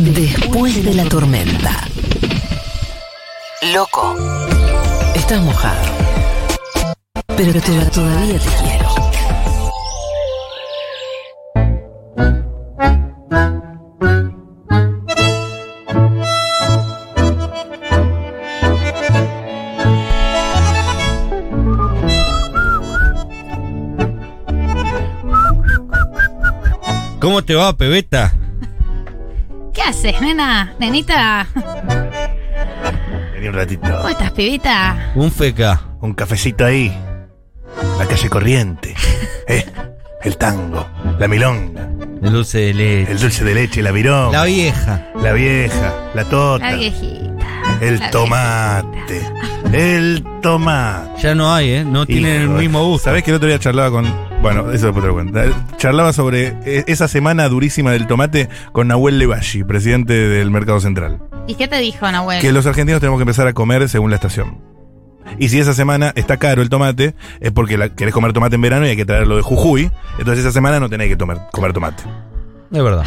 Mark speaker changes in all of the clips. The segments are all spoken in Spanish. Speaker 1: Después de la tormenta. Loco. Estás mojado. Pero to- todavía te quiero.
Speaker 2: ¿Cómo te va, Pebeta?
Speaker 3: ¿Qué haces, nena? Nenita,
Speaker 4: Vení un
Speaker 3: ¿cómo
Speaker 4: ratito.
Speaker 3: estás, pibita?
Speaker 2: Un feca.
Speaker 4: Un cafecito ahí. La calle corriente. ¿eh? El tango. La milonga.
Speaker 2: El dulce de leche.
Speaker 4: El dulce de leche. La virón.
Speaker 2: La
Speaker 4: La,
Speaker 2: vieja.
Speaker 4: vieja. La tota.
Speaker 3: La viejita.
Speaker 4: el
Speaker 3: la
Speaker 4: tomate. El tomate.
Speaker 2: Ya no hay, ¿eh? No tienen el
Speaker 4: Hijo de-
Speaker 2: mismo gusto.
Speaker 5: Uh, ¿Sabés que el otro día charlaba con. Bueno, eso después te lo cuento. Charlaba sobre eh, esa semana durísima del tomate con Nahuel Levalli, presidente del Mercado Central.
Speaker 3: ¿Y qué te dijo, Nahuel?
Speaker 5: Que los argentinos tenemos que empezar a comer según la estación. Y si esa semana está caro el tomate, es porque la- querés comer tomate en verano y hay que traerlo de Jujuy. Entonces esa semana no tenés que tomar, comer tomate.
Speaker 2: Es verdad.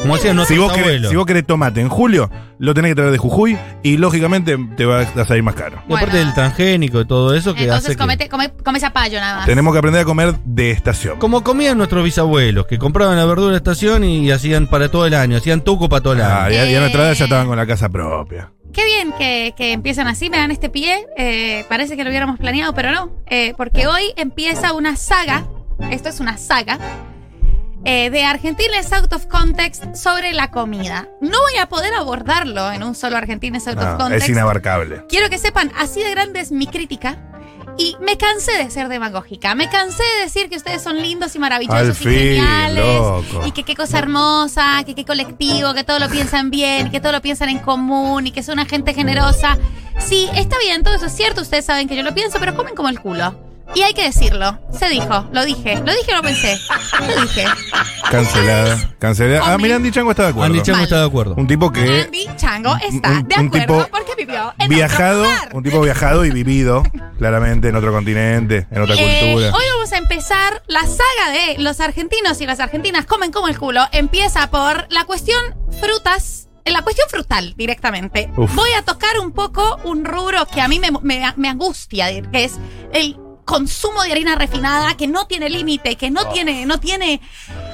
Speaker 2: Como hacían
Speaker 5: Si
Speaker 2: nuestros
Speaker 5: vos, querés,
Speaker 2: abuelos.
Speaker 5: si vos querés tomate en julio, lo tenés que traer de Jujuy y lógicamente te va a salir más caro.
Speaker 2: Y aparte
Speaker 3: Bueno.
Speaker 2: del transgénico y todo eso que hace
Speaker 3: Entonces
Speaker 2: que-
Speaker 3: comete, come, come zapallo nada más.
Speaker 5: Tenemos que aprender a comer de estación.
Speaker 2: Como comían nuestros bisabuelos, que compraban la verdura de la estación y hacían para todo el año, hacían tuco para todo el
Speaker 5: Ah,
Speaker 2: año.
Speaker 5: ya, ya
Speaker 3: Eh.
Speaker 5: nuestra edad ya estaban con la casa propia.
Speaker 3: Qué bien que, que empiezan así, me dan este pie. eh, parece que lo hubiéramos planeado, pero no. eh, porque hoy empieza una saga, esto es una saga, eh, de Argentines Out of Context sobre la comida. No voy a poder abordarlo en un solo Argentines Out of
Speaker 5: No, Ah, es
Speaker 3: Context.
Speaker 5: inabarcable.
Speaker 3: Quiero que sepan, así de grande es mi crítica. Y me cansé de ser demagógica. Me cansé de decir que ustedes son lindos y maravillosos
Speaker 5: Al
Speaker 3: y
Speaker 5: fin,
Speaker 3: geniales.
Speaker 5: loco.
Speaker 3: Y que qué cosa hermosa, que qué colectivo, que todo lo piensan bien, que todo lo piensan en común y que son una gente generosa. Sí, está bien, todo eso es cierto. Ustedes saben que yo lo pienso, pero comen como el culo. Y hay que decirlo. Se dijo, lo dije. Lo dije o lo pensé. Lo dije.
Speaker 5: Cancelada. Cancelada. Ah,
Speaker 3: Hombre.
Speaker 5: mira, Andy Chango está de acuerdo.
Speaker 2: Andy Chango
Speaker 3: Mal.
Speaker 2: está de acuerdo.
Speaker 5: Un tipo que
Speaker 3: Andy Chango está
Speaker 5: un-
Speaker 3: de
Speaker 5: un
Speaker 3: acuerdo
Speaker 5: tipo
Speaker 3: porque vivió en
Speaker 5: viajado,
Speaker 3: otro lugar.
Speaker 5: un tipo viajado y vivido, claramente, en otro continente, en otra
Speaker 3: Eh,
Speaker 5: cultura.
Speaker 3: Hoy vamos a empezar la saga de los argentinos y las argentinas comen como el culo. Empieza por la cuestión frutas. eh, La cuestión frutal directamente.
Speaker 5: Uf.
Speaker 3: Voy a tocar un poco un rubro que a mí me, me- me angustia, que es el consumo de harina refinada que no tiene límite, que no tiene, no tiene,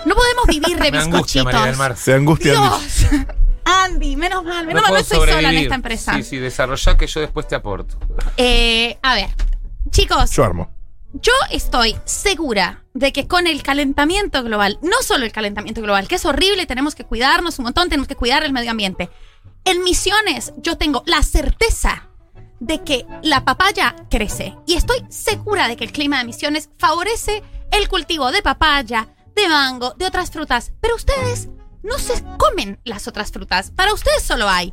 Speaker 3: no podemos vivir de
Speaker 6: Oh. Me angustia, María del
Speaker 3: bizcochitos.
Speaker 6: Mar.
Speaker 5: Se angustia Andy.
Speaker 3: Dios, Andy, menos mal, menos mal, no
Speaker 6: puedo
Speaker 3: estoy sola en
Speaker 6: sobrevivir.
Speaker 3: esta empresa.
Speaker 6: Sí, sí, desarrollá que yo después te aporto.
Speaker 3: Eh, a ver, chicos,
Speaker 5: Yo armo.
Speaker 3: Yo estoy segura de que con el calentamiento global, no solo el calentamiento global, que es horrible, tenemos que cuidarnos un montón, tenemos que cuidar el medio ambiente. En Misiones yo tengo la certeza de que la papaya crece y estoy segura de que el clima de Misiones favorece el cultivo de papaya, de mango, de otras frutas, pero ustedes no se comen las otras frutas. Para ustedes solo hay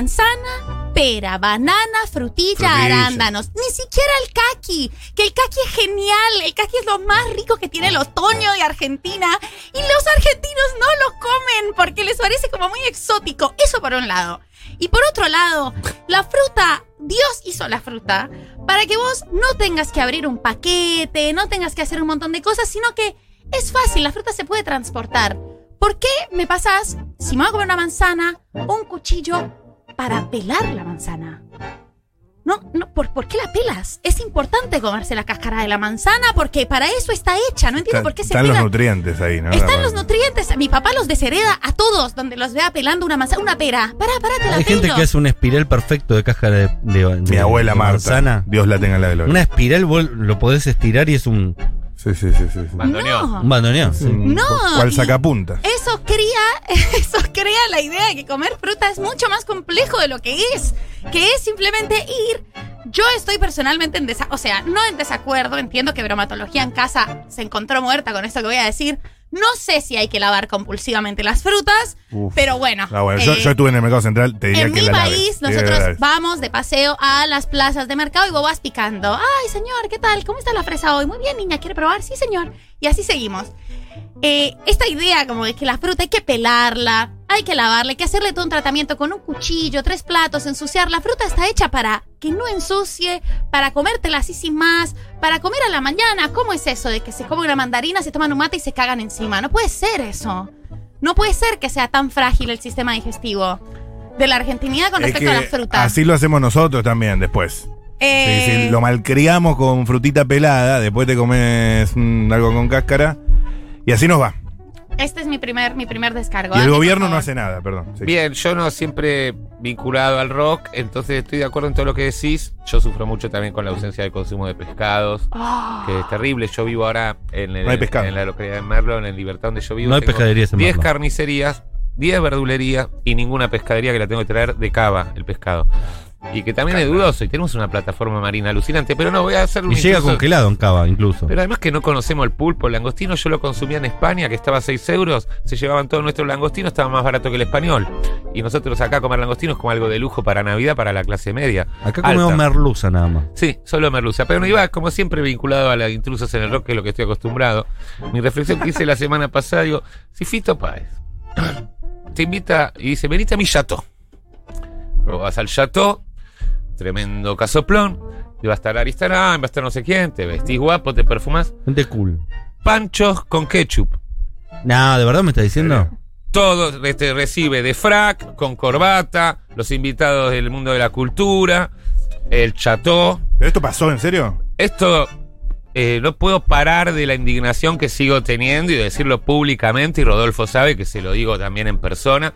Speaker 3: manzana, pera, banana, frutilla,
Speaker 5: Frutilla.
Speaker 3: arándanos, ni siquiera el caqui, que el caqui es genial, el caqui es lo más rico que tiene el otoño de Argentina y los argentinos no lo comen porque les parece como muy exótico. Eso por un lado. Y por otro lado, la fruta, Dios hizo la fruta para que vos no tengas que abrir un paquete, no tengas que hacer un montón de cosas, sino que es fácil, la fruta se puede transportar. ¿Por qué me pasás, si me voy a comer una manzana, un cuchillo para pelar la manzana? No, no, ¿por, ¿por qué la pelas? Es importante comerse la cáscara de la manzana porque para eso está hecha. No entiendo
Speaker 5: Está-
Speaker 3: por qué se
Speaker 5: están los
Speaker 3: pela.
Speaker 5: nutrientes ahí, ¿no?
Speaker 3: Están
Speaker 5: La-
Speaker 3: los nutrientes. Mi papá los deshereda a todos donde los vea pelando una manzana, una pera. Pará, pará, te la
Speaker 2: Hay gente
Speaker 3: pelo.
Speaker 2: que hace una espiral perfecta de cáscara de, de-
Speaker 5: Mi
Speaker 2: de-
Speaker 5: abuela
Speaker 2: de
Speaker 5: Marta.
Speaker 2: manzana.
Speaker 5: Dios la tenga en la gloria.
Speaker 2: Una espiral vos lo podés estirar y es un,
Speaker 5: Sí, sí, sí, sí. sí.
Speaker 6: Bandoneón.
Speaker 2: un bandoneón.
Speaker 5: Es un-
Speaker 3: No,
Speaker 5: ¿Cuál
Speaker 3: y-
Speaker 5: sacapunta?
Speaker 3: Eso crea, eso crea la idea de que comer fruta es mucho más complejo de lo que es, que es simplemente ir. Yo estoy personalmente en desacuerdo, o sea, no en desacuerdo, entiendo que bromatología en casa se encontró muerta con esto que voy a decir. No sé si hay que lavar compulsivamente las frutas,
Speaker 5: Uf.
Speaker 3: pero bueno.
Speaker 5: Ah, bueno, yo,
Speaker 3: eh,
Speaker 5: yo estuve en el mercado central, te diría
Speaker 3: en
Speaker 5: que
Speaker 3: mi
Speaker 5: la laves.
Speaker 3: país
Speaker 5: Diría que la
Speaker 3: nosotros
Speaker 5: laves.
Speaker 3: vamos de paseo a las plazas de mercado y vos vas picando. Ay, señor, ¿qué tal? ¿Cómo está la fresa hoy? Muy bien, niña, ¿quiere probar? Sí, señor. Y así seguimos. Eh, esta idea como de que la fruta hay que pelarla, hay que lavarla, hay que hacerle todo un tratamiento con un cuchillo, tres platos, ensuciar. La fruta está hecha para que no ensucie, para comértela así sin más, para comer a la mañana. ¿Cómo es eso de que se come una mandarina, se toman un mate y se cagan encima? No puede ser eso. No puede ser que sea tan frágil el sistema digestivo de la argentinidad con
Speaker 5: Es
Speaker 3: respecto a
Speaker 5: que
Speaker 3: las frutas.
Speaker 5: Así lo hacemos nosotros también después.
Speaker 3: Eh,
Speaker 5: Si, si lo malcriamos con frutita pelada, después te comes mm, algo con cáscara. Y así nos va.
Speaker 3: Este es mi primer, mi primer descargo.
Speaker 5: Y el
Speaker 3: Andy,
Speaker 5: gobierno
Speaker 3: por
Speaker 5: no
Speaker 3: favor.
Speaker 5: hace nada, perdón. sí.
Speaker 6: Bien, yo no siempre vinculado al rock, entonces estoy de acuerdo en todo lo que decís. Yo sufro mucho también con la ausencia del consumo de pescados,
Speaker 3: Ah.
Speaker 6: que es terrible. Yo vivo ahora en, el-
Speaker 5: No hay pescado.
Speaker 6: en la localidad de Merlo, en Libertad, donde yo vivo.
Speaker 2: No hay
Speaker 6: Tengo
Speaker 2: pescaderías en
Speaker 6: 10
Speaker 2: Merlo.
Speaker 6: carnicerías, 10 verdulerías y ninguna pescadería que la tengo que traer de cava, el pescado. Y que también es dudoso, y tenemos una plataforma marina alucinante, pero no voy a hacer un
Speaker 2: Y llega
Speaker 6: intruso-
Speaker 2: congelado en cava, incluso.
Speaker 6: Pero además que no conocemos el pulpo, el langostino yo lo consumía en España, que estaba a 6 euros, se llevaban todo nuestro langostino, estaba más barato que el español. Y nosotros acá comer langostino es como algo de lujo para Navidad, para la clase media.
Speaker 2: Acá comemos
Speaker 6: alta.
Speaker 2: merluza nada más.
Speaker 6: Sí, solo merluza. Pero no iba, como siempre, vinculado a las intrusos en el rock, que es lo que estoy acostumbrado. Mi reflexión que hice la semana pasada, digo, si Fito Páez te invita y dice, venite a mi chateau. Luego vas al chateau, tremendo casoplón, y va a estar Aristarán, va a estar no sé quién, te vestís guapo, te perfumas
Speaker 2: Gente cool.
Speaker 6: panchos con ketchup.
Speaker 2: No, ¿de verdad me estás diciendo?
Speaker 6: Todo re- te recibe de frac, con corbata, los invitados del mundo de la cultura, el cható.
Speaker 5: ¿Pero esto pasó, en serio?
Speaker 6: Esto eh, no puedo parar de la indignación que sigo teniendo y decirlo públicamente, y Rodolfo sabe que se lo digo también en persona.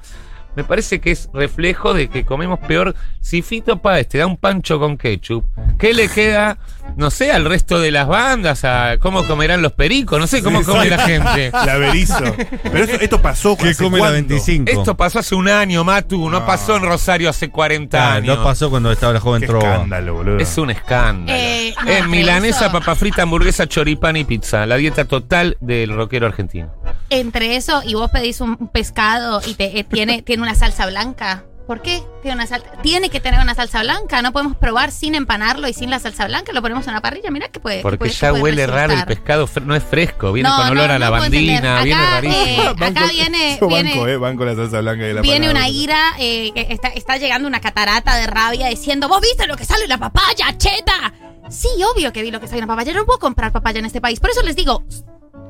Speaker 6: Me parece que es reflejo de que comemos peor. Si Fito Páez te da un pancho con ketchup, ¿qué le queda, no sé, al resto de las bandas? A ¿Cómo comerán los pericos? No sé cómo
Speaker 5: Sí,
Speaker 6: come
Speaker 5: sí.
Speaker 6: la gente.
Speaker 5: La Berizo. Pero esto, esto pasó
Speaker 2: ¿Qué
Speaker 5: ¿hace
Speaker 2: come la
Speaker 5: cuándo?
Speaker 2: 25?
Speaker 6: Esto pasó hace un año, Matu. No,
Speaker 5: No.
Speaker 6: pasó en Rosario hace 40
Speaker 2: Ah,
Speaker 6: años.
Speaker 2: no pasó cuando estaba la joven
Speaker 5: Qué
Speaker 2: Trova.
Speaker 5: escándalo, boludo.
Speaker 6: Es un escándalo.
Speaker 3: Eh, no,
Speaker 6: es
Speaker 3: pero
Speaker 6: milanesa,
Speaker 3: eso-
Speaker 6: papa frita, hamburguesa, choripán y pizza. La dieta total del rockero argentino.
Speaker 3: Eh, Entre eso y vos pedís un pescado y te, eh, tiene, tiene una salsa blanca. ¿Por qué? Tiene, una sal- tiene que tener una salsa blanca. No podemos probar sin empanarlo y sin la salsa blanca. Lo ponemos en una parrilla. Mirá que puede. que
Speaker 6: Porque
Speaker 3: puede-
Speaker 6: ya
Speaker 3: que puede
Speaker 6: huele raro el
Speaker 3: resultar.
Speaker 6: pescado, fre- no es fresco. Viene
Speaker 3: No,
Speaker 6: con olor
Speaker 3: no,
Speaker 6: a
Speaker 3: no puedo entender.
Speaker 6: lavandina,
Speaker 3: Acá,
Speaker 6: viene rarísimo.
Speaker 3: eh, acá viene-
Speaker 5: Yo Ah, banco,
Speaker 3: viene-
Speaker 5: eh, banco la salsa blanca y la
Speaker 3: Viene
Speaker 5: panada.
Speaker 3: una ira, eh, que está, está llegando una catarata de rabia diciendo, vos viste lo que sale en la papaya, cheta. Sí, obvio que vi lo que sale en la papaya. Yo no puedo comprar papaya en este país. Por eso les digo,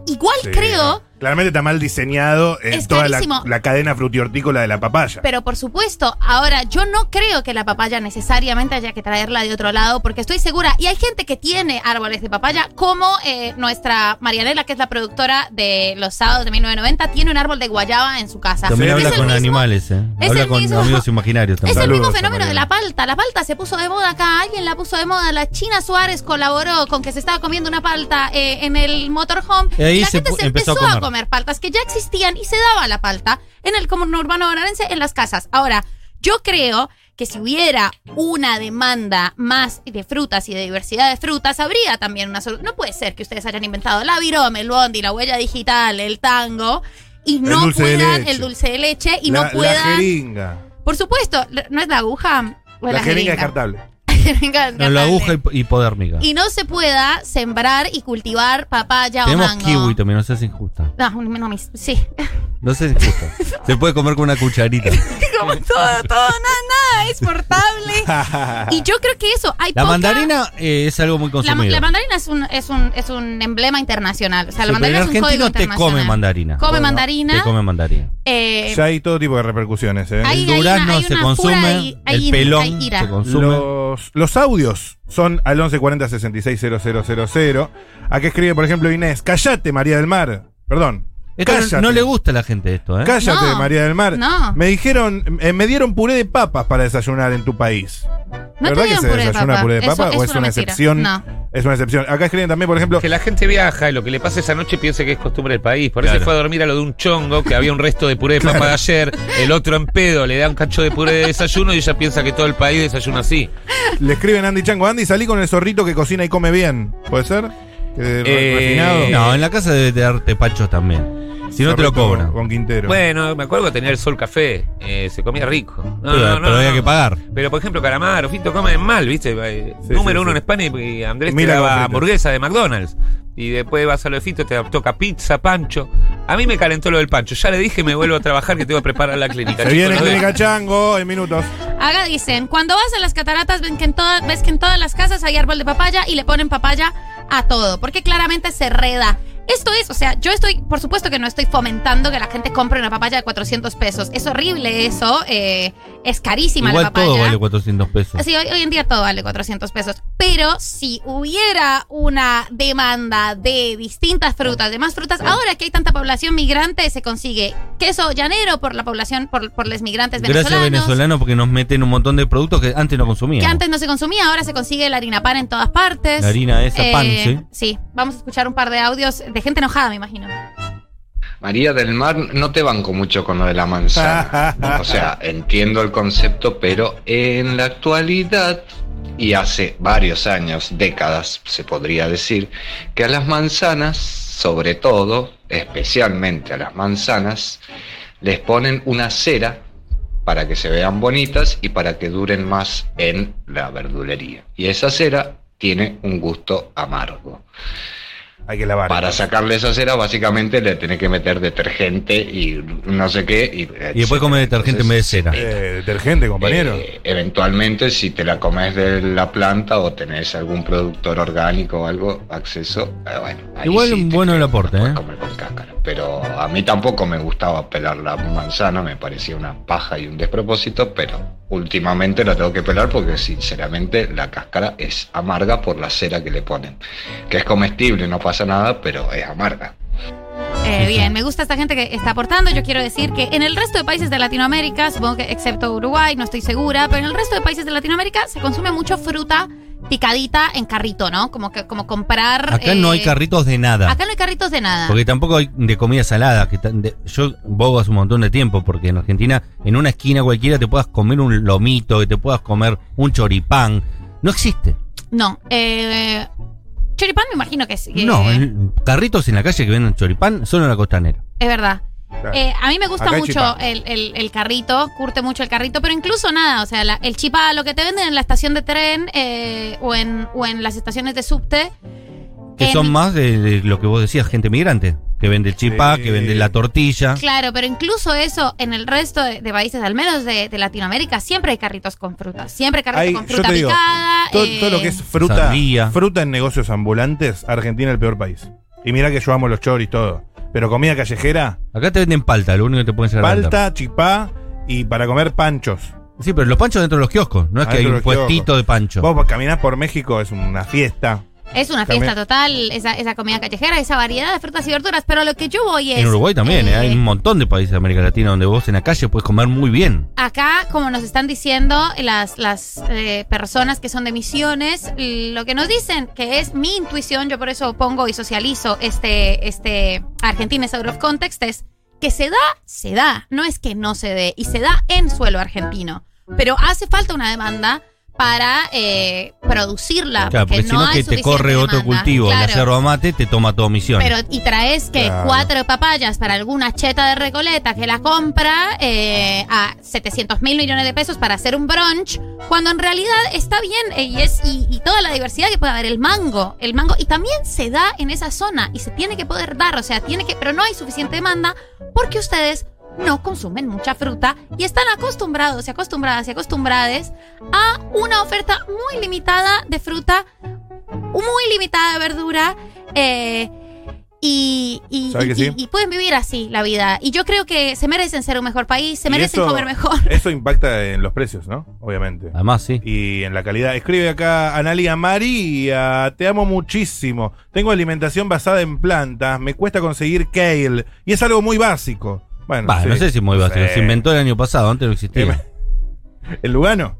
Speaker 3: igual
Speaker 5: Sí,
Speaker 3: creo,
Speaker 5: no. Claramente está mal diseñado eh,
Speaker 3: Es
Speaker 5: toda la,
Speaker 3: carísimo.
Speaker 5: la cadena frutihortícola de la papaya.
Speaker 3: pero por supuesto, ahora yo no creo que la papaya necesariamente haya que traerla de otro lado, porque estoy segura, y hay gente que tiene árboles de papaya, como eh, nuestra Marianela, que es la productora de Los Sábados de 1990, tiene un árbol de guayaba en su casa.
Speaker 2: También
Speaker 5: Sí.
Speaker 2: habla
Speaker 3: Es el
Speaker 2: con
Speaker 3: mismo-
Speaker 2: animales, ¿eh?
Speaker 3: es
Speaker 2: Habla
Speaker 3: el
Speaker 2: con
Speaker 3: mismo-
Speaker 2: amigos imaginarios
Speaker 3: Es
Speaker 2: también.
Speaker 3: el
Speaker 5: Saludos
Speaker 3: mismo
Speaker 5: a
Speaker 3: fenómeno de
Speaker 5: Mariana.
Speaker 3: la palta. La palta se puso de moda acá. Alguien la puso de moda. La China Suárez colaboró con que se estaba comiendo una palta eh, en el motorhome.
Speaker 2: Y ahí
Speaker 3: la
Speaker 2: se
Speaker 3: gente
Speaker 2: pu-
Speaker 3: se empezó, a, comer. paltas que ya existían y se daba la palta en el conurbano bonaerense en las casas. Ahora, yo creo que si hubiera una demanda más de frutas y de diversidad de frutas, habría también una solución. No puede ser que ustedes hayan inventado la virome, el bondi, la huella digital, el tango y no
Speaker 5: dulce de
Speaker 3: puedan
Speaker 5: leche.
Speaker 3: el dulce de leche y
Speaker 5: la,
Speaker 3: no puedan
Speaker 5: La jeringa.
Speaker 3: por supuesto, la- no es la aguja. o
Speaker 5: La, jeringa descartable.
Speaker 3: La jeringa
Speaker 2: No,
Speaker 3: descartable.
Speaker 2: la aguja hip- hipodérmica.
Speaker 3: Y no se pueda sembrar y cultivar papaya o
Speaker 2: Tenemos
Speaker 3: mango.
Speaker 2: kiwi también, no seas injusta.
Speaker 3: No, no, mis- sí.
Speaker 2: No seas injusta. Se puede comer con una cucharita.
Speaker 3: Como todo, todo, nada, nada exportable. Y yo creo que eso, hay
Speaker 2: La
Speaker 3: poca-
Speaker 2: mandarina eh, es algo muy
Speaker 3: La, ma-
Speaker 2: consumido.
Speaker 3: la mandarina es un, es, un, es un emblema internacional. O sea, la
Speaker 2: Sí, pero
Speaker 3: mandarina
Speaker 2: el
Speaker 3: es un
Speaker 2: argentino
Speaker 3: código
Speaker 2: te
Speaker 3: internacional.
Speaker 2: come mandarina.
Speaker 3: Come
Speaker 5: Bueno,
Speaker 2: Te
Speaker 3: mandarina.
Speaker 2: come mandarina.
Speaker 3: eh,
Speaker 5: ya hay todo tipo de repercusiones. ¿eh?
Speaker 3: hay-
Speaker 2: El
Speaker 3: hay una-
Speaker 2: durazno
Speaker 3: hay
Speaker 2: se
Speaker 3: una pura
Speaker 2: consume,
Speaker 3: y- hay-
Speaker 2: el
Speaker 3: hay
Speaker 2: pelón
Speaker 3: ira.
Speaker 2: se consume.
Speaker 5: Los, los audios son al 1140 660000. Acá escribe, por ejemplo, Inés. Cállate, María del Mar. Perdón.
Speaker 2: Esto no- no, le gusta a la gente esto, ¿eh?
Speaker 5: Cállate,
Speaker 3: No,
Speaker 5: María del Mar.
Speaker 3: no.
Speaker 5: Me dijeron, eh, me dieron puré de papas para desayunar en tu país.
Speaker 3: No te
Speaker 5: ¿Verdad que
Speaker 3: dieron
Speaker 5: se
Speaker 3: puré de
Speaker 5: desayuna
Speaker 3: papa.
Speaker 5: puré de
Speaker 3: Eso
Speaker 5: papa
Speaker 3: es
Speaker 5: o es
Speaker 3: una
Speaker 5: una,
Speaker 3: mentira.
Speaker 5: excepción?
Speaker 3: No.
Speaker 5: Es una excepción. Acá escriben también, por ejemplo,
Speaker 6: Que la gente viaja y lo que le pasa esa noche piensa que es costumbre del país. Por eso
Speaker 2: Claro.
Speaker 6: fue a dormir a lo de un chongo, que había un resto de puré de papa de ayer, el otro en pedo, le da un cacho de puré de desayuno y ella piensa que todo el país desayuna así.
Speaker 5: le escriben Andy Chango, Andy, salí con el zorrito que cocina y come bien. ¿Puede ser? Eh, re-
Speaker 6: Eh,
Speaker 5: refinado.
Speaker 2: No, en la casa debe de darte pachos también. Si no te lo
Speaker 5: Zorrito
Speaker 2: cobran.
Speaker 5: Con Quintero.
Speaker 6: Bueno, me acuerdo que tenía el sol café, eh, se comía rico. No,
Speaker 2: pero,
Speaker 6: no, no,
Speaker 2: pero había
Speaker 6: no.
Speaker 2: que pagar.
Speaker 6: Pero por ejemplo, Calamaro, Fito comen mal, ¿viste? Eh,
Speaker 5: Sí,
Speaker 6: Número
Speaker 5: sí, sí.
Speaker 6: uno en España y y Andrés
Speaker 5: Mira
Speaker 6: te
Speaker 5: cómo
Speaker 6: daba
Speaker 5: fritas.
Speaker 6: hamburguesa de McDonald's. Y después vas a lo de Fito, te toca pizza, pancho. A mí me calentó lo del pancho. Ya le dije, me vuelvo a trabajar que tengo que preparar la clínica.
Speaker 5: Se
Speaker 6: chicos,
Speaker 5: viene
Speaker 6: nos vemos.
Speaker 5: Clínica Chango en minutos.
Speaker 3: Acá dicen, cuando vas a las cataratas ven que en toda- ves que en todas las casas hay árbol de papaya y le ponen papaya a todo, porque claramente se reda. Esto es, o sea, yo estoy, por supuesto que no estoy fomentando que la gente compre una papaya de 400 pesos. Es horrible eso. eh, es carísima la
Speaker 2: Igual
Speaker 3: papaya.
Speaker 2: todo vale 400 pesos.
Speaker 3: Sí, hoy, hoy en día todo vale 400 pesos. Pero si hubiera una demanda de distintas frutas, de más frutas, ahora que hay tanta población migrante, se consigue queso llanero por la población, por, por los migrantes
Speaker 2: Gracias a
Speaker 3: venezolanos.
Speaker 2: venezolanos porque nos meten un montón de productos que antes no consumían.
Speaker 3: Que antes no se consumía, ahora se consigue la harina pan en todas partes.
Speaker 2: La harina esa, pan,
Speaker 3: Eh,
Speaker 2: sí.
Speaker 3: Sí, vamos a escuchar un par de audios de gente enojada, me imagino. Eh,
Speaker 7: María del Mar no te banco mucho con lo de la manzana. O sea, entiendo el concepto, pero en la actualidad y hace varios años, décadas se podría decir, que a las manzanas, sobre todo, especialmente a las manzanas, les ponen una cera para que se vean bonitas y para que duren más en la verdulería. Y esa cera tiene un gusto amargo.
Speaker 5: Hay que lavar.
Speaker 7: Para sacarle esa cera, básicamente le tenés que meter detergente y no sé qué. Y,
Speaker 2: Y después come detergente en vez de cera.
Speaker 5: Eh, detergente, compañero.
Speaker 7: eh, eventualmente, si te la comes de la planta o tenés algún productor orgánico o algo, acceso, eh, bueno. ahí
Speaker 2: Igual
Speaker 7: sí te
Speaker 2: bueno el
Speaker 7: creo que
Speaker 2: aporte,
Speaker 7: puedes
Speaker 2: ¿eh?
Speaker 7: comer con cáscara. Pero a mí tampoco me gustaba pelar la manzana, me parecía una paja y un despropósito, pero últimamente la tengo que pelar porque sinceramente la cáscara es amarga por la cera que le ponen. Que es comestible, no pasa nada, pero es amarga.
Speaker 3: Eh, bien, me gusta esta gente que está aportando. Yo quiero decir que en el resto de países de Latinoamérica, supongo que excepto Uruguay, no estoy segura, pero en el resto de países de Latinoamérica se consume mucho fruta picadita en carrito, ¿no? Como que como comprar.
Speaker 2: Acá
Speaker 3: eh,
Speaker 2: no hay carritos de nada.
Speaker 3: Acá no hay carritos de nada.
Speaker 2: Porque tampoco hay de comida salada. Que tan- de- yo bogo hace un montón de tiempo, porque en Argentina, en una esquina cualquiera, te puedas comer un lomito, que te puedas comer un choripán. No existe.
Speaker 3: No. Eh, choripán me imagino que sí. que-
Speaker 2: No, en- carritos en la calle que venden choripán, solo en la costanera.
Speaker 3: Es verdad.
Speaker 5: Claro.
Speaker 3: Eh, a mí me gusta
Speaker 5: Acá hay
Speaker 3: mucho
Speaker 5: chipá.
Speaker 3: el, el- el carrito, curte mucho el carrito, pero incluso nada, o sea, la- el chipá, lo que te venden en la estación de tren eh, o, en, o en las estaciones de subte.
Speaker 2: Que
Speaker 3: en-
Speaker 2: son más de, de lo que vos decías, gente migrante. Que vende el chipá,
Speaker 5: Sí.
Speaker 2: que vende la tortilla.
Speaker 3: Claro, pero incluso eso en el resto de, de países, al menos de, de Latinoamérica, siempre hay carritos con fruta. Siempre hay carritos
Speaker 5: Hay-
Speaker 3: con
Speaker 5: yo
Speaker 3: fruta
Speaker 5: te digo,
Speaker 3: picada.
Speaker 5: todo,
Speaker 3: eh,
Speaker 5: todo lo que es fruta,
Speaker 2: sandía.
Speaker 5: fruta en negocios ambulantes, Argentina es el peor país. Y mira que yo amo los choris, todo. Pero comida callejera,
Speaker 2: Acá te venden palta, lo único que te pueden hacer adelantar.
Speaker 5: palta, chipá y para comer panchos.
Speaker 2: Sí, pero los panchos dentro de los kioscos. No es que hay
Speaker 5: Adentro
Speaker 2: un
Speaker 5: de los kioscos.
Speaker 2: puestito de pancho.
Speaker 5: Vos caminás por México, es una fiesta.
Speaker 3: Es una
Speaker 5: También-
Speaker 3: fiesta total, esa, esa comida callejera, esa variedad de frutas y verduras, pero a lo que yo voy es...
Speaker 2: En Uruguay también,
Speaker 3: eh,
Speaker 2: ¿eh? hay un montón de países de América Latina donde vos en la calle puedes comer muy bien.
Speaker 3: Acá, como nos están diciendo las, las eh, personas que son de misiones, lo que nos dicen, que es mi intuición, yo por eso pongo y socializo este, este Argentina es out of context, es que se da, se da, no es que no se dé, y se da en suelo argentino. Pero hace falta una demanda para eh, producirla.
Speaker 2: Claro, porque si no,
Speaker 3: hay
Speaker 2: que te
Speaker 3: suficiente
Speaker 2: corre otro
Speaker 3: demanda.
Speaker 2: cultivo. La
Speaker 3: Claro.
Speaker 2: yerba mate te toma todo misión.
Speaker 3: Pero, y traes que
Speaker 5: Claro.
Speaker 3: cuatro papayas para alguna cheta de Recoleta que la compra eh, a 700 mil millones de pesos para hacer un brunch, cuando en realidad está bien eh, y es y, y toda la diversidad que puede haber el mango, el mango y también se da en esa zona y se tiene que poder dar, o sea, tiene que, pero no hay suficiente demanda porque ustedes no consumen mucha fruta y están acostumbrados y acostumbradas y acostumbradas a una oferta muy limitada de fruta, muy limitada de verdura. eh, y, y,
Speaker 5: ¿Sabe que
Speaker 3: y-
Speaker 5: sí?
Speaker 3: y pueden vivir así la vida. Y yo creo que se merecen ser un mejor país, se
Speaker 5: Y
Speaker 3: merecen
Speaker 5: eso-
Speaker 3: comer mejor.
Speaker 5: Eso impacta en los precios, ¿no? Obviamente.
Speaker 2: Además, sí.
Speaker 5: Y en la calidad. Escribe acá Analia María, te amo muchísimo. Tengo alimentación basada en plantas, me cuesta conseguir kale. Y es algo muy básico. Bueno,
Speaker 2: Bah,
Speaker 5: sí.
Speaker 2: No sé si muy básico.
Speaker 5: Sí.
Speaker 2: Se inventó el año pasado, antes no
Speaker 5: Eh,
Speaker 2: existía.
Speaker 5: ¿El Lugano?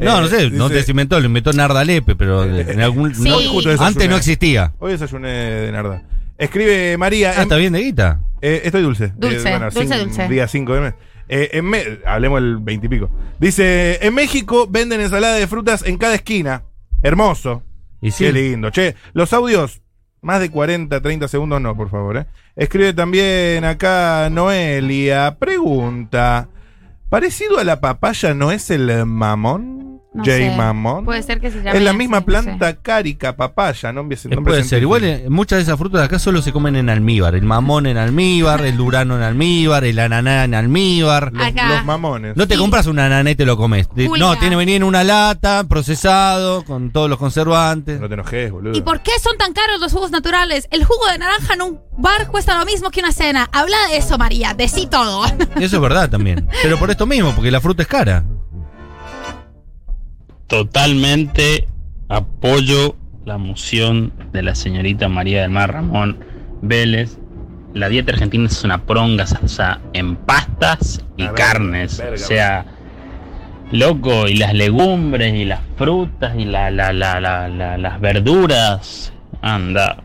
Speaker 2: No,
Speaker 5: Eh,
Speaker 2: no sé, no
Speaker 5: dice,
Speaker 2: te se inventó, lo inventó Nardalepe, pero de- en algún.
Speaker 3: Sí.
Speaker 2: no-
Speaker 5: Hoy justo desayuné.
Speaker 2: antes no existía.
Speaker 5: Hoy desayuné de Narda. Escribe María.
Speaker 2: Ah,
Speaker 5: em-
Speaker 2: está bien de guita.
Speaker 5: Eh, estoy dulce.
Speaker 3: Dulce, dulce,
Speaker 5: cinco-
Speaker 3: dulce.
Speaker 5: Día 5 de mes. Eh, en Me- hablemos el 20 y pico. Dice, en México venden ensalada de frutas en cada esquina. Hermoso.
Speaker 2: Y sí.
Speaker 5: Qué lindo. Che, los audios, más de 40, 30 segundos no, por favor. eh. Escribe también acá Noelia. Pregunta, ¿parecido a la papaya no es el mamón?
Speaker 3: No
Speaker 5: J.
Speaker 3: sé.
Speaker 5: Mamón.
Speaker 3: Puede ser que se llame.
Speaker 5: Es la
Speaker 3: así,
Speaker 5: misma
Speaker 3: no
Speaker 5: planta
Speaker 3: sé.
Speaker 5: cárica, papaya, ¿no? Empieza-
Speaker 2: Eh,
Speaker 5: nombre
Speaker 2: puede ser,
Speaker 5: científico.
Speaker 2: igual eh, muchas de esas frutas de acá solo se comen en almíbar. El mamón en almíbar, el durano en almíbar, el ananá en almíbar.
Speaker 5: Los,
Speaker 8: Acá.
Speaker 5: los mamones.
Speaker 2: No te
Speaker 8: Sí.
Speaker 2: compras un ananá y te lo comes. De-
Speaker 8: Julia.
Speaker 2: No, tiene venir en una lata, procesado, con todos los conservantes.
Speaker 5: No te enojes, boludo.
Speaker 8: ¿Y por qué son tan caros los jugos naturales? El jugo de naranja en un bar cuesta lo mismo que una cena. Habla de eso, María. Decí todo.
Speaker 2: Eso es verdad también. Pero por esto mismo, porque la fruta es cara.
Speaker 9: Totalmente apoyo la moción de la señorita María del Mar Ramón Vélez. La dieta argentina es una pronga, o sea, en pastas y
Speaker 5: Una verga,
Speaker 9: carnes.
Speaker 5: verga,
Speaker 9: o sea, loco, y las legumbres, y las frutas, y la, la, la, la, la- las verduras. Anda,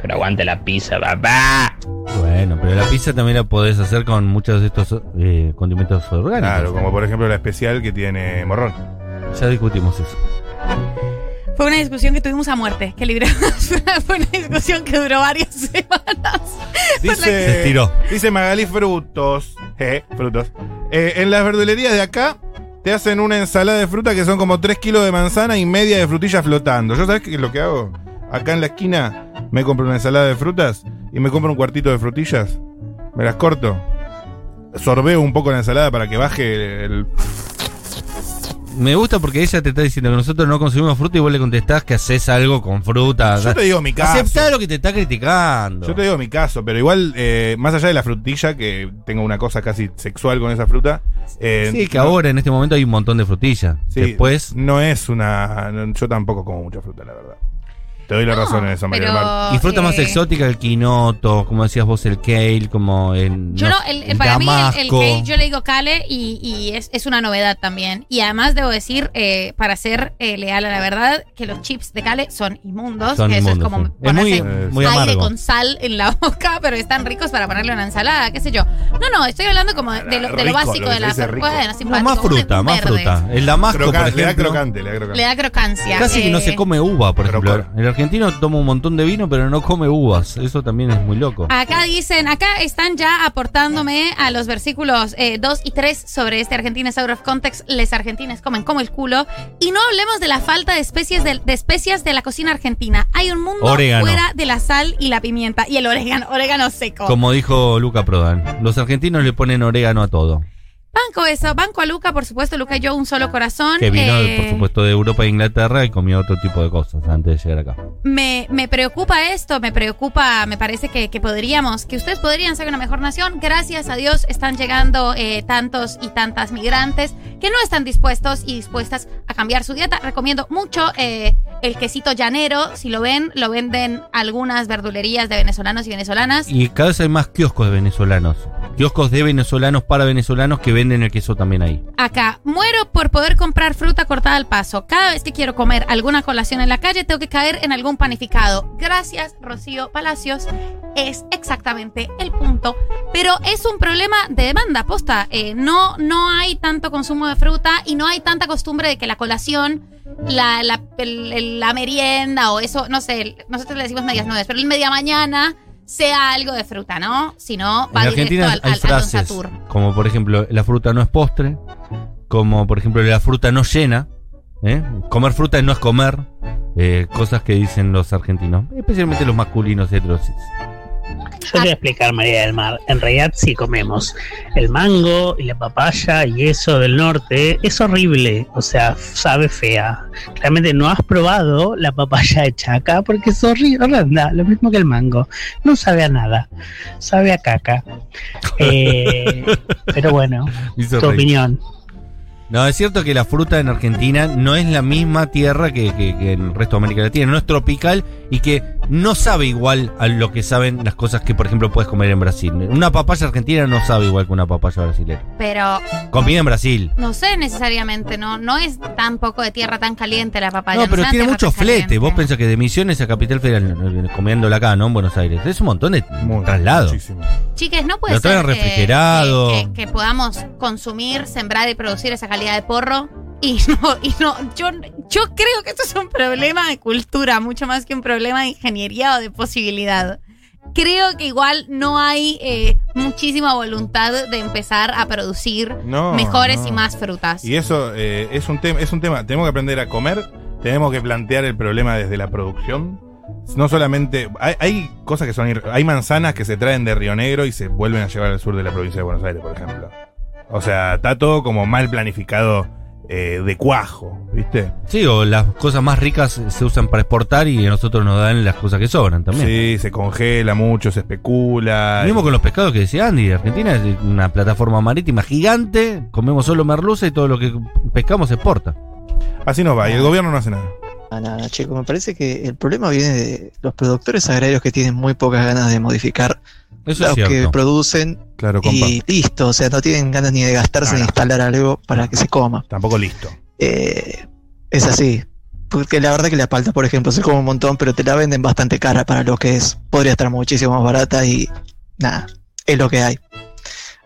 Speaker 9: pero aguante la pizza, papá.
Speaker 2: Bueno, pero la pizza también la podés hacer con muchos de estos eh, condimentos orgánicos.
Speaker 5: Claro, como por ejemplo la especial que tiene morrón.
Speaker 2: Ya discutimos eso.
Speaker 8: Fue una discusión que tuvimos a muerte, que libramos. Fue una discusión que duró varias semanas.
Speaker 5: Dice,
Speaker 2: Se estiró.
Speaker 5: Dice Magali Frutos. eh, frutos. Eh, en las verdulerías de acá te hacen una ensalada de fruta que son como 3 kilos de manzana y media de frutilla flotando. ¿Yo sabes qué es lo que hago? Acá en la esquina me compro una ensalada de frutas y me compro un cuartito de frutillas. Me las corto. Sorbeo un poco la ensalada para que baje el.
Speaker 2: Me gusta porque ella te está diciendo que nosotros no consumimos fruta y vos le contestás que haces algo con fruta.
Speaker 5: Yo te digo mi caso.
Speaker 2: Aceptá lo que te está criticando.
Speaker 5: Yo te digo mi caso, pero igual, eh, más allá de la frutilla, que tengo una cosa casi sexual con esa fruta. eh,
Speaker 2: Sí, que
Speaker 5: no-
Speaker 2: ahora en este momento hay un montón de frutillas.
Speaker 5: Sí,
Speaker 2: Después,
Speaker 5: No es una. no, yo tampoco como mucha fruta, la verdad. Te doy la razón en eso, María del Mar.
Speaker 3: Pero,
Speaker 2: y fruta más
Speaker 3: eh,
Speaker 2: exótica, el quinoto, como decías vos, el kale, como el.
Speaker 3: Yo
Speaker 2: no
Speaker 3: no,
Speaker 2: sé,
Speaker 3: el, el- para mí el- el,
Speaker 2: damasco.
Speaker 3: kale, yo le digo kale y, y es, es una novedad también. Y además debo decir, eh, para ser eh, leal a la verdad, que los chips de kale son inmundos.
Speaker 2: Son
Speaker 3: que eso
Speaker 2: inmundos,
Speaker 3: es como
Speaker 2: sí. Es
Speaker 3: ponerse
Speaker 2: muy,
Speaker 5: ponerse
Speaker 2: muy
Speaker 3: aire
Speaker 2: amargo.
Speaker 3: con sal en la boca, pero están ricos para ponerle una ensalada, qué sé yo. No, no, estoy hablando como de, de lo, de lo
Speaker 5: Rico,
Speaker 3: básico
Speaker 5: lo que
Speaker 3: de
Speaker 5: se
Speaker 3: la
Speaker 5: dice rico.
Speaker 3: bueno,
Speaker 2: No,
Speaker 3: simpático,
Speaker 2: más
Speaker 3: un
Speaker 2: fruta, más
Speaker 3: verde.
Speaker 2: fruta. El damasco,
Speaker 5: Croca-
Speaker 2: por
Speaker 5: le da
Speaker 2: ejemplo.
Speaker 5: crocante, le da crocante.
Speaker 3: Le da crocancia.
Speaker 2: Casi que no
Speaker 3: eh,
Speaker 2: se come uva, por
Speaker 5: Pero
Speaker 2: ejemplo. El argentino toma un montón de vino, pero no come uvas. Eso también es muy loco.
Speaker 3: Acá dicen, acá están ya aportándome a los versículos 2 y 3 sobre este Argentina is out of context. Les argentines comen como el culo. Y no hablemos de la falta de especies de, de especias de la cocina argentina. Hay un mundo
Speaker 2: Orégano.
Speaker 3: fuera de la sal y la pimienta. Y el orégano, orégano seco.
Speaker 2: Como dijo Luca Prodan, los argentinos le ponen orégano a todo.
Speaker 3: Banco eso, banco a Luca, por supuesto. Luca y yo, un solo corazón.
Speaker 2: Que vino,
Speaker 3: Eh,
Speaker 2: por supuesto, de Europa e Inglaterra y comió otro tipo de cosas antes de llegar acá.
Speaker 3: Me, me preocupa esto, me preocupa, me parece que, que podríamos, que ustedes podrían ser una mejor nación. Gracias a Dios están llegando eh, tantos y tantas migrantes que no están dispuestos y dispuestas a cambiar su dieta. Recomiendo mucho eh, el quesito llanero, si lo ven, lo venden algunas verdulerías de venezolanos y venezolanas.
Speaker 2: Y cada vez hay más kioscos de venezolanos. Kioscos de venezolanos para venezolanos que venden el queso también ahí.
Speaker 3: Acá, muero por poder comprar fruta cortada al paso. Cada vez que quiero comer alguna colación en la calle, tengo que caer en algún panificado. Gracias, Rocío Palacios. Es exactamente el punto. Pero es un problema de demanda, posta. Eh, no, no hay tanto consumo de fruta y no hay tanta costumbre de que la colación, la, la, el- el- la merienda o eso, no sé, el- nosotros le decimos medias nueve, pero el media mañana sea algo de fruta, ¿no? Si no, va
Speaker 2: en
Speaker 3: directo
Speaker 2: Argentina
Speaker 3: al,
Speaker 2: hay
Speaker 3: al- al Don
Speaker 2: frases
Speaker 3: Satur.
Speaker 2: como, por ejemplo, la fruta no es postre, como, por ejemplo, la fruta no llena, ¿eh? comer fruta no es comer, eh, cosas que dicen los argentinos, especialmente los masculinos heterosis.
Speaker 10: Yo te
Speaker 3: Ah,
Speaker 10: voy a explicar, María del Mar. En realidad sí comemos el mango y la papaya y eso del norte. Es horrible, o sea, sabe fea. Realmente no has probado la papaya hecha acá porque es horrible, horrenda, lo mismo que el mango. No sabe a nada, sabe a caca. Eh, pero bueno,
Speaker 2: Hizo
Speaker 10: tu
Speaker 2: reír.
Speaker 10: opinión.
Speaker 2: No, es cierto que la fruta en Argentina no es la misma tierra que, que- que en el resto de América Latina, no es tropical y que no sabe igual a lo que saben las cosas que, por ejemplo, puedes comer en Brasil. Una papaya argentina no sabe igual que una papaya brasileña.
Speaker 3: Pero
Speaker 2: Comida en Brasil.
Speaker 3: No sé necesariamente, no no es tan poco de tierra tan caliente la papaya.
Speaker 2: No, pero
Speaker 3: es una
Speaker 2: tiene
Speaker 3: tierra
Speaker 2: mucho
Speaker 3: tan
Speaker 2: flete.
Speaker 3: caliente.
Speaker 2: Vos pensás que de Misiones a Capital Federal, eh, comiéndola acá, ¿no? En Buenos Aires. Es un montón de
Speaker 5: Muy-
Speaker 2: traslados.
Speaker 5: muchísimo.
Speaker 3: Chiques, no puede
Speaker 2: Lo traen
Speaker 3: ser que-
Speaker 2: refrigerado.
Speaker 3: Que, que- que podamos consumir, sembrar y producir esa calidad de porro. Y no, y no, yo, yo creo que esto es un problema de cultura, mucho más que un problema de ingeniería o de posibilidad. creo que igual no hay eh, muchísima voluntad de empezar a producir
Speaker 5: No,
Speaker 3: mejores
Speaker 5: no.
Speaker 3: y más frutas.
Speaker 5: Y eso eh, es un tema, es un tema. Tenemos que aprender a comer, tenemos que plantear el problema desde la producción. No solamente. Hay, hay cosas que son. ir- Hay manzanas que se traen de Río Negro y se vuelven a llevar al sur de la provincia de Buenos Aires, por ejemplo. O sea, está todo como mal planificado eh, de cuajo, ¿viste?
Speaker 2: Sí, o las cosas más ricas se usan para exportar y a nosotros nos dan las cosas que sobran también.
Speaker 5: Sí, se congela mucho, se especula.
Speaker 2: Mismo con los pescados que decía Andy, Argentina es una plataforma marítima gigante, comemos solo merluza y todo lo que pescamos se exporta.
Speaker 5: Así nos va, y el gobierno no hace nada.
Speaker 11: No, no, no, chicos, me parece que el problema viene de los productores agrarios que tienen muy pocas ganas de modificar
Speaker 2: Eso es
Speaker 11: lo que
Speaker 2: cierto.
Speaker 11: producen
Speaker 5: Claro, compa.
Speaker 11: y listo, o sea, no tienen ganas ni de gastarse
Speaker 5: No,
Speaker 11: ni
Speaker 5: no.
Speaker 11: de instalar algo para que se coma.
Speaker 5: Tampoco listo.
Speaker 11: Eh, es así. Porque la verdad que la palta, por ejemplo, se come un montón, pero te la venden bastante cara para lo que es. Podría estar muchísimo más barata y nada, es lo que hay.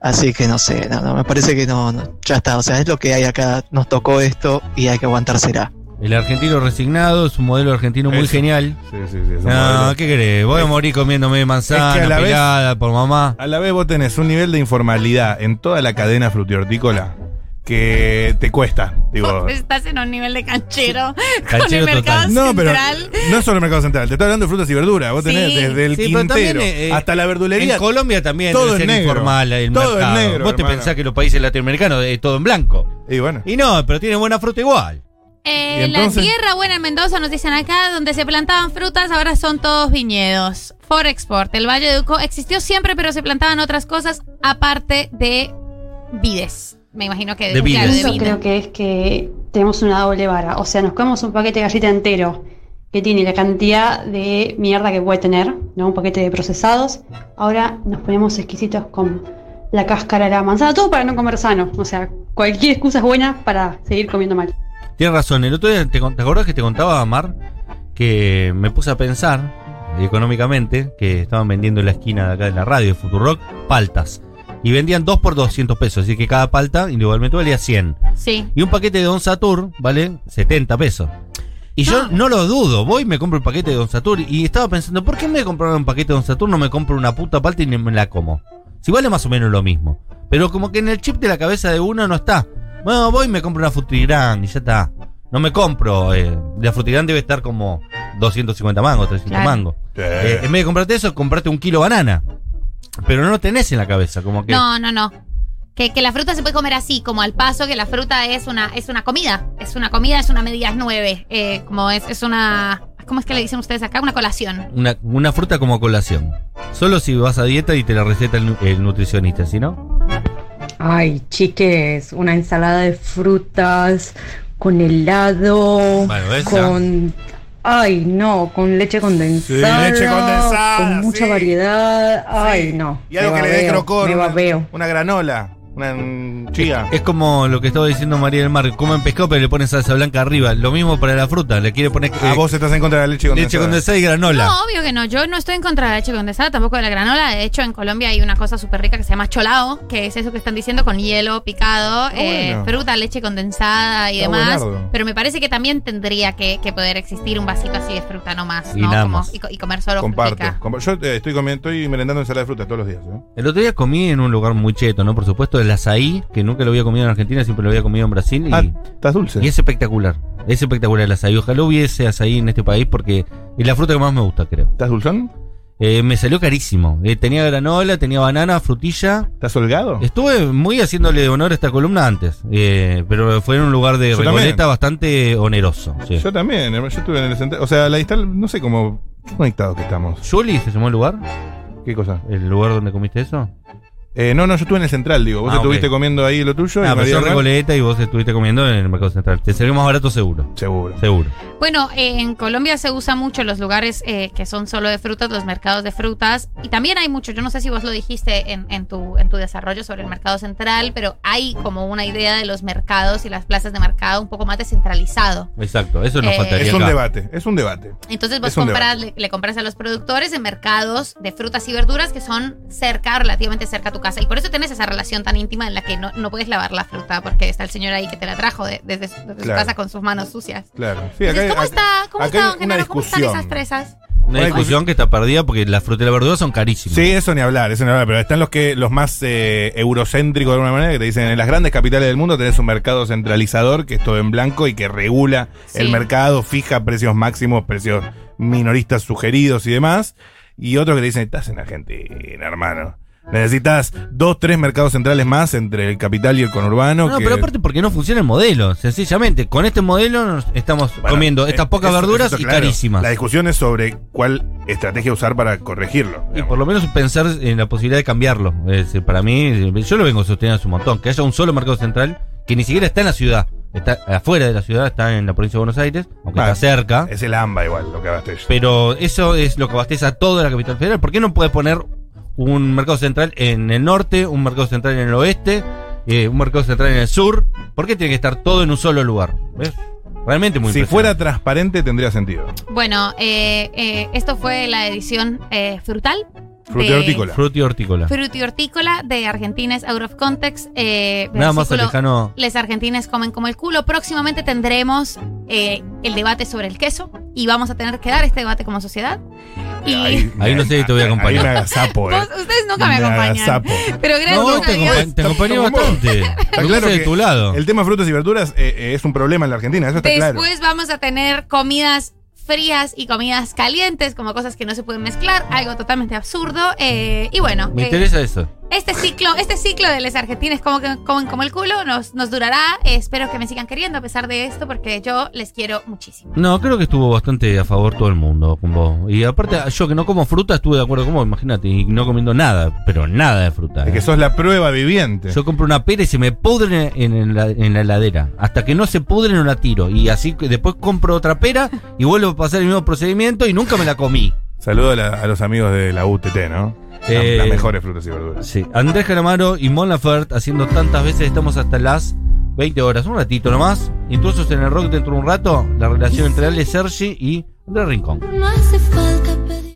Speaker 11: Así que no sé, no, no, me parece que no, no, ya está, o sea, es lo que hay acá, nos tocó esto y hay que aguantársela.
Speaker 2: El argentino resignado es un modelo argentino muy
Speaker 5: Eso.
Speaker 2: genial.
Speaker 5: Sí, sí, sí. es un
Speaker 2: No,
Speaker 5: modelo.
Speaker 2: ¿qué querés? Voy a
Speaker 5: Es-
Speaker 2: morir comiéndome manzana
Speaker 5: es que a la vez-
Speaker 2: pelada por mamá.
Speaker 5: A la vez vos tenés un nivel de informalidad en toda la cadena frutiortícola que te cuesta. Digo,
Speaker 3: Estás en un nivel de canchero, con
Speaker 2: Canchero
Speaker 3: el mercado
Speaker 2: total.
Speaker 5: no, pero
Speaker 3: central.
Speaker 5: no es solo el mercado central. Te estoy hablando de frutas y verduras. Vos tenés
Speaker 3: Sí.
Speaker 5: desde el
Speaker 2: Sí, pero
Speaker 5: quintero
Speaker 2: también, eh,
Speaker 5: hasta la verdulería.
Speaker 2: En Colombia también
Speaker 5: todo
Speaker 2: debe
Speaker 5: es
Speaker 2: ser
Speaker 5: negro.
Speaker 2: informal el
Speaker 5: Todo es
Speaker 2: mercado.
Speaker 5: negro,
Speaker 2: Vos te
Speaker 5: hermano.
Speaker 2: pensás que los países latinoamericanos es todo en blanco.
Speaker 5: Y bueno,
Speaker 2: Y no, pero tiene buena fruta igual.
Speaker 3: Eh,
Speaker 5: ¿Y entonces?
Speaker 3: La tierra buena en Mendoza, nos dicen acá, donde se plantaban frutas, ahora son todos viñedos. For export. El Valle de Uco existió siempre, pero se plantaban otras cosas aparte de vides. Me imagino que
Speaker 2: De
Speaker 3: claro,
Speaker 2: vides.
Speaker 3: de
Speaker 2: Eso
Speaker 3: vid.
Speaker 9: creo que es que tenemos una doble vara. O sea, nos comemos un paquete de galleta entero que tiene la cantidad de mierda que puede tener, ¿no? Un paquete de procesados. Ahora nos ponemos exquisitos con la cáscara de la manzana, todo para no comer sano. O sea, cualquier excusa es buena para seguir comiendo mal.
Speaker 2: Tienes razón. El otro día, ¿te, con- te acordás que te contaba, Mar? Que me puse a pensar, eh, económicamente, que estaban vendiendo en la esquina de acá de la radio, de Futurock, paltas. Y vendían dos por 200 pesos. Así que cada palta individualmente valía 100.
Speaker 3: Sí.
Speaker 2: Y un paquete de Don Satur vale 70 pesos. Y yo no lo dudo, voy y me compro el paquete de Don Satur. Y estaba pensando, ¿por qué me compraron un paquete de Don Satur? No me compro una puta palta y ni me la como. Si vale más o menos lo mismo. Pero como que en el chip de la cabeza de uno no está. Bueno, voy y me compro una Frutigran y ya está. No me compro. eh, La Frutigran debe estar como 250 mangos, 300
Speaker 3: Claro.
Speaker 2: mangos.
Speaker 5: eh,
Speaker 2: Eh, en vez de comprarte eso, comprate un kilo de banana. Pero no lo tenés en la cabeza, como que...
Speaker 3: No, no, no. Que, que la fruta se puede comer así, como al paso, que la fruta es una, es una comida. Es una comida, es una medida, es nueve. Eh, como es, es una. ¿Cómo es que le dicen ustedes acá? Una colación.
Speaker 2: Una, una fruta como colación. Solo si vas a dieta y te la receta el, nu- el nutricionista, si no.
Speaker 9: Ay, chiques, una ensalada de frutas con helado,
Speaker 2: Bueno, esa.
Speaker 9: con... Ay, no, con leche condensada.
Speaker 5: leche condensada,
Speaker 9: Con mucha
Speaker 5: sí.
Speaker 9: variedad. Ah, Ay,
Speaker 5: Sí.
Speaker 9: no.
Speaker 5: Y algo
Speaker 9: me
Speaker 5: que le dé
Speaker 9: babeo,
Speaker 5: crocor.
Speaker 9: Me
Speaker 5: una-
Speaker 9: babeo.
Speaker 5: Una granola. Una mm, chía.
Speaker 2: Es como lo que estaba diciendo María del Mar. Comen pescado pero le ponen salsa blanca arriba. Lo mismo para la fruta. Le quiere poner
Speaker 5: A
Speaker 2: eh,
Speaker 5: vos eh. estás en contra de la leche condensada.
Speaker 2: leche condensada y granola.
Speaker 3: No, obvio que no. Yo no estoy en contra de la leche condensada, tampoco de la granola. De hecho, en Colombia hay una cosa súper rica que se llama cholao, que es eso que están diciendo con hielo picado,
Speaker 2: Ah,
Speaker 3: eh,
Speaker 5: bueno.
Speaker 3: fruta, leche condensada y
Speaker 5: Está
Speaker 3: demás.
Speaker 5: buenardo.
Speaker 3: Pero me parece que también tendría que, que poder existir un vasito así de fruta nomás,
Speaker 2: Y
Speaker 3: ¿no?
Speaker 2: nada
Speaker 3: Como-
Speaker 2: más.
Speaker 3: y, co- y comer solo
Speaker 5: Comparto.
Speaker 3: frutica.
Speaker 5: Compa- Yo eh, estoy, comiendo, estoy merendando ensalada de frutas todos los días. ¿eh?
Speaker 2: El otro día comí en un lugar muy cheto, ¿no? Por supuesto, el azaí, que nunca lo había comido en Argentina, siempre lo había comido en Brasil. Y,
Speaker 5: Ah, estás dulce.
Speaker 2: y es espectacular. Es espectacular el azaí. Ojalá hubiese azaí en este país porque es la fruta que más me gusta, creo.
Speaker 5: ¿Estás dulzón?
Speaker 2: Eh, me salió carísimo. Eh, tenía granola, tenía banana, frutilla.
Speaker 5: ¿Estás holgado?
Speaker 2: Estuve muy haciéndole honor a esta columna antes, eh, pero fue en un lugar de
Speaker 5: Yo
Speaker 2: Recoleta
Speaker 5: también.
Speaker 2: bastante oneroso. sí.
Speaker 5: Yo también, hermano, yo estuve en el centro. O sea, la distal, no sé cómo. ¿Qué conectados que estamos?
Speaker 2: ¿Juli se llamó el lugar?
Speaker 5: ¿Qué cosa?
Speaker 2: ¿El lugar donde comiste eso?
Speaker 5: Eh, no, no, yo estuve en el central, digo. Vos
Speaker 2: Ah,
Speaker 5: estuviste
Speaker 2: ok.
Speaker 5: comiendo ahí lo tuyo. y
Speaker 2: Ah, pero
Speaker 5: María
Speaker 2: yo
Speaker 5: del Mar-
Speaker 2: Recoleta y vos estuviste comiendo en el Mercado Central. Te salió más barato seguro,
Speaker 5: Seguro.
Speaker 2: seguro.
Speaker 3: Bueno, eh, en Colombia se usa mucho los lugares eh, que son solo de frutas, los mercados de frutas. Y también hay mucho, yo no sé si vos lo dijiste en, en tu, en tu desarrollo sobre el mercado central, pero hay como una idea de los mercados y las plazas de mercado un poco más descentralizado.
Speaker 2: Exacto, eso nos
Speaker 3: Eh,
Speaker 2: faltaría
Speaker 5: Es un
Speaker 2: acá.
Speaker 5: debate, es un debate.
Speaker 3: Entonces vos
Speaker 5: Es un
Speaker 3: compras, le, le compras a los productores en mercados de frutas y verduras que son cerca, relativamente cerca a tu casa. Y por eso tenés esa relación tan íntima en la que no, no puedes lavar la fruta porque está el señor ahí que te la trajo de- desde, su- desde su
Speaker 5: Claro.
Speaker 3: casa con sus manos sucias.
Speaker 5: Claro. Sí,
Speaker 3: Entonces, ¿Cómo
Speaker 5: acá-
Speaker 3: está? ¿Cómo
Speaker 5: acá
Speaker 3: está,
Speaker 5: hay
Speaker 3: don
Speaker 5: una
Speaker 3: Genaro? ¿Cómo están
Speaker 5: discusión.
Speaker 3: esas presas?
Speaker 2: Una discusión que está perdida porque las frutas y las verduras son carísimas.
Speaker 5: Sí, eso ni hablar, eso ni hablar. Pero están los que los más eh, eurocéntricos de alguna manera que te dicen en las grandes capitales del mundo tenés un mercado centralizador que es todo en blanco y que regula
Speaker 3: Sí.
Speaker 5: el mercado, fija precios máximos, precios minoristas sugeridos y demás. Y otros que te dicen, estás en Argentina, hermano. Necesitas dos, tres mercados centrales más entre el capital y el conurbano.
Speaker 2: No,
Speaker 5: que-
Speaker 2: pero aparte porque no funciona el modelo, sencillamente. Con este modelo nos estamos
Speaker 5: Bueno,
Speaker 2: comiendo
Speaker 5: eh,
Speaker 2: estas pocas
Speaker 5: eso-
Speaker 2: verduras
Speaker 5: eso está
Speaker 2: y
Speaker 5: claro.
Speaker 2: carísimas.
Speaker 5: La discusión es sobre cuál estrategia usar para corregirlo.
Speaker 2: Y por lo menos pensar en la posibilidad de cambiarlo. Es decir, para mí, eh, yo lo vengo sosteniendo hace un montón. Que haya un solo mercado central que ni siquiera está en la ciudad. Está afuera de la ciudad, está en la provincia de Buenos Aires, aunque
Speaker 5: Bueno,
Speaker 2: está cerca.
Speaker 5: Es el AMBA igual, lo que abastece.
Speaker 2: Pero eso es lo que abastece a toda la capital federal. ¿Por qué no puedes poner un mercado central en el norte, un mercado central en el oeste, eh, un mercado central en el sur? ¿Por qué tiene que estar todo en un solo lugar? ¿Ves? Realmente muy
Speaker 5: si fuera transparente tendría sentido.
Speaker 3: Bueno, eh, eh, esto fue la edición eh, frutal.
Speaker 5: Fruta y
Speaker 3: de-
Speaker 5: hortícola.
Speaker 2: Fruti hortícola.
Speaker 3: Fruti hortícola de Argentines Out of Context. eh,
Speaker 2: Nada más
Speaker 3: versículo,
Speaker 2: lejano.
Speaker 3: Les argentines comen como el culo. Próximamente tendremos eh, el debate sobre el queso y vamos a tener que dar este debate como sociedad. Y
Speaker 2: Ahí no sé si te voy a acompañar.
Speaker 5: Ahí me agazapo, eh.
Speaker 3: vos- ustedes nunca me
Speaker 5: Me
Speaker 3: acompañan.
Speaker 5: agazapo.
Speaker 3: Pero gracias
Speaker 2: No,
Speaker 3: a
Speaker 2: te,
Speaker 3: Dios.
Speaker 2: acompa- te acompañé
Speaker 5: Como vos.
Speaker 2: bastante.
Speaker 5: Está
Speaker 2: Me
Speaker 5: claro
Speaker 2: puse de
Speaker 5: que
Speaker 2: tu lado.
Speaker 5: El tema frutas y verduras eh, eh, es un problema en la Argentina, eso está claro.
Speaker 3: Después vamos a tener comidas frías y comidas calientes, como cosas que no se pueden mezclar, algo totalmente absurdo. eh, y bueno,
Speaker 2: Me
Speaker 3: eh,
Speaker 2: interesa eso.
Speaker 3: este ciclo, este ciclo de los argentines como que comen como el culo nos, nos durará. Espero que me sigan queriendo a pesar de esto, porque yo les quiero muchísimo.
Speaker 2: No, creo que estuvo bastante a favor todo el mundo con vos. Y aparte, yo que no como fruta, estuve de acuerdo con vos, imagínate, y no comiendo nada, pero nada de fruta.
Speaker 5: Es
Speaker 2: ¿eh?
Speaker 5: que sos la prueba viviente.
Speaker 2: Yo compro una pera y se me pudre en, en la, en la heladera. Hasta que no se pudre no la tiro. Y así que después compro otra pera y vuelvo a pasar el mismo procedimiento y nunca me la comí.
Speaker 5: Saludo a, la- a los amigos de la UTT, ¿no? Las-
Speaker 2: Eh,
Speaker 5: Las mejores frutas y verduras.
Speaker 2: Sí. Andrés Calamaro y Mon Laferte haciendo tantas veces, estamos hasta las 20 horas, un ratito nomás. Intrusos en el rock dentro de un rato, la relación entre Ale Sergi y Andrés Rincón.
Speaker 1: Más se